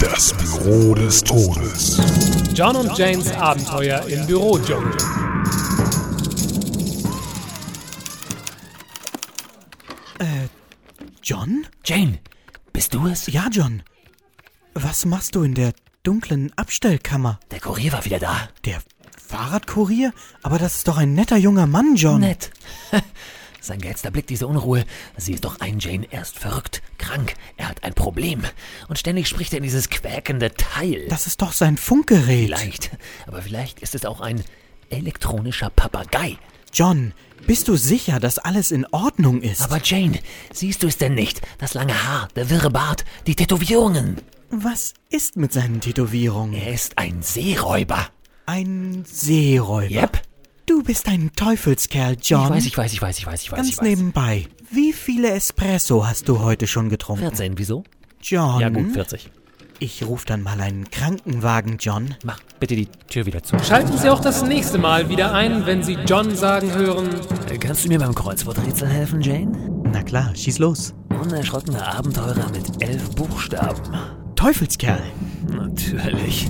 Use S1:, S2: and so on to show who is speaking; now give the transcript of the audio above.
S1: Das Büro des Todes.
S2: John und Janes Abenteuer im Büro, John.
S3: John?
S4: Jane, bist du es?
S3: Ja, John. Was machst du in der dunklen Abstellkammer?
S4: Der Kurier war wieder da.
S3: Der Fahrradkurier? Aber das ist doch ein netter junger Mann, John.
S4: Nett. Sein letzter Blick, diese Unruhe. Sie ist doch ein Jane. Er ist verrückt, krank. Er hat ein Problem. Und ständig spricht er in dieses quäkende Teil.
S3: Das ist doch sein Funkgerät.
S4: vielleicht. Aber vielleicht ist es auch ein elektronischer Papagei.
S3: John, bist du sicher, dass alles in Ordnung ist?
S4: Aber Jane, siehst du es denn nicht? Das lange Haar, der wirre Bart, die Tätowierungen.
S3: was ist mit seinen Tätowierungen?
S4: Er ist ein Seeräuber.
S3: Ein Seeräuber.
S4: Yep.
S3: Du bist ein Teufelskerl, John.
S4: Ich weiß, ich weiß, ich weiß, ich weiß, ich weiß.
S3: Ganz
S4: ich weiß.
S3: nebenbei. Wie viele Espresso hast du heute schon getrunken?
S4: 14, wieso?
S3: John,
S4: Ja gut, 40.
S3: ich ruf dann mal einen Krankenwagen, John.
S4: Mach bitte die Tür wieder zu.
S2: Schalten Sie auch das nächste Mal wieder ein, wenn Sie John sagen hören.
S4: Äh, Kannst du mir beim Kreuzworträtsel helfen, Jane?
S3: Na klar, schieß los.
S4: Unerschrockener Abenteurer mit elf Buchstaben.
S3: Teufelskerl.
S4: Natürlich.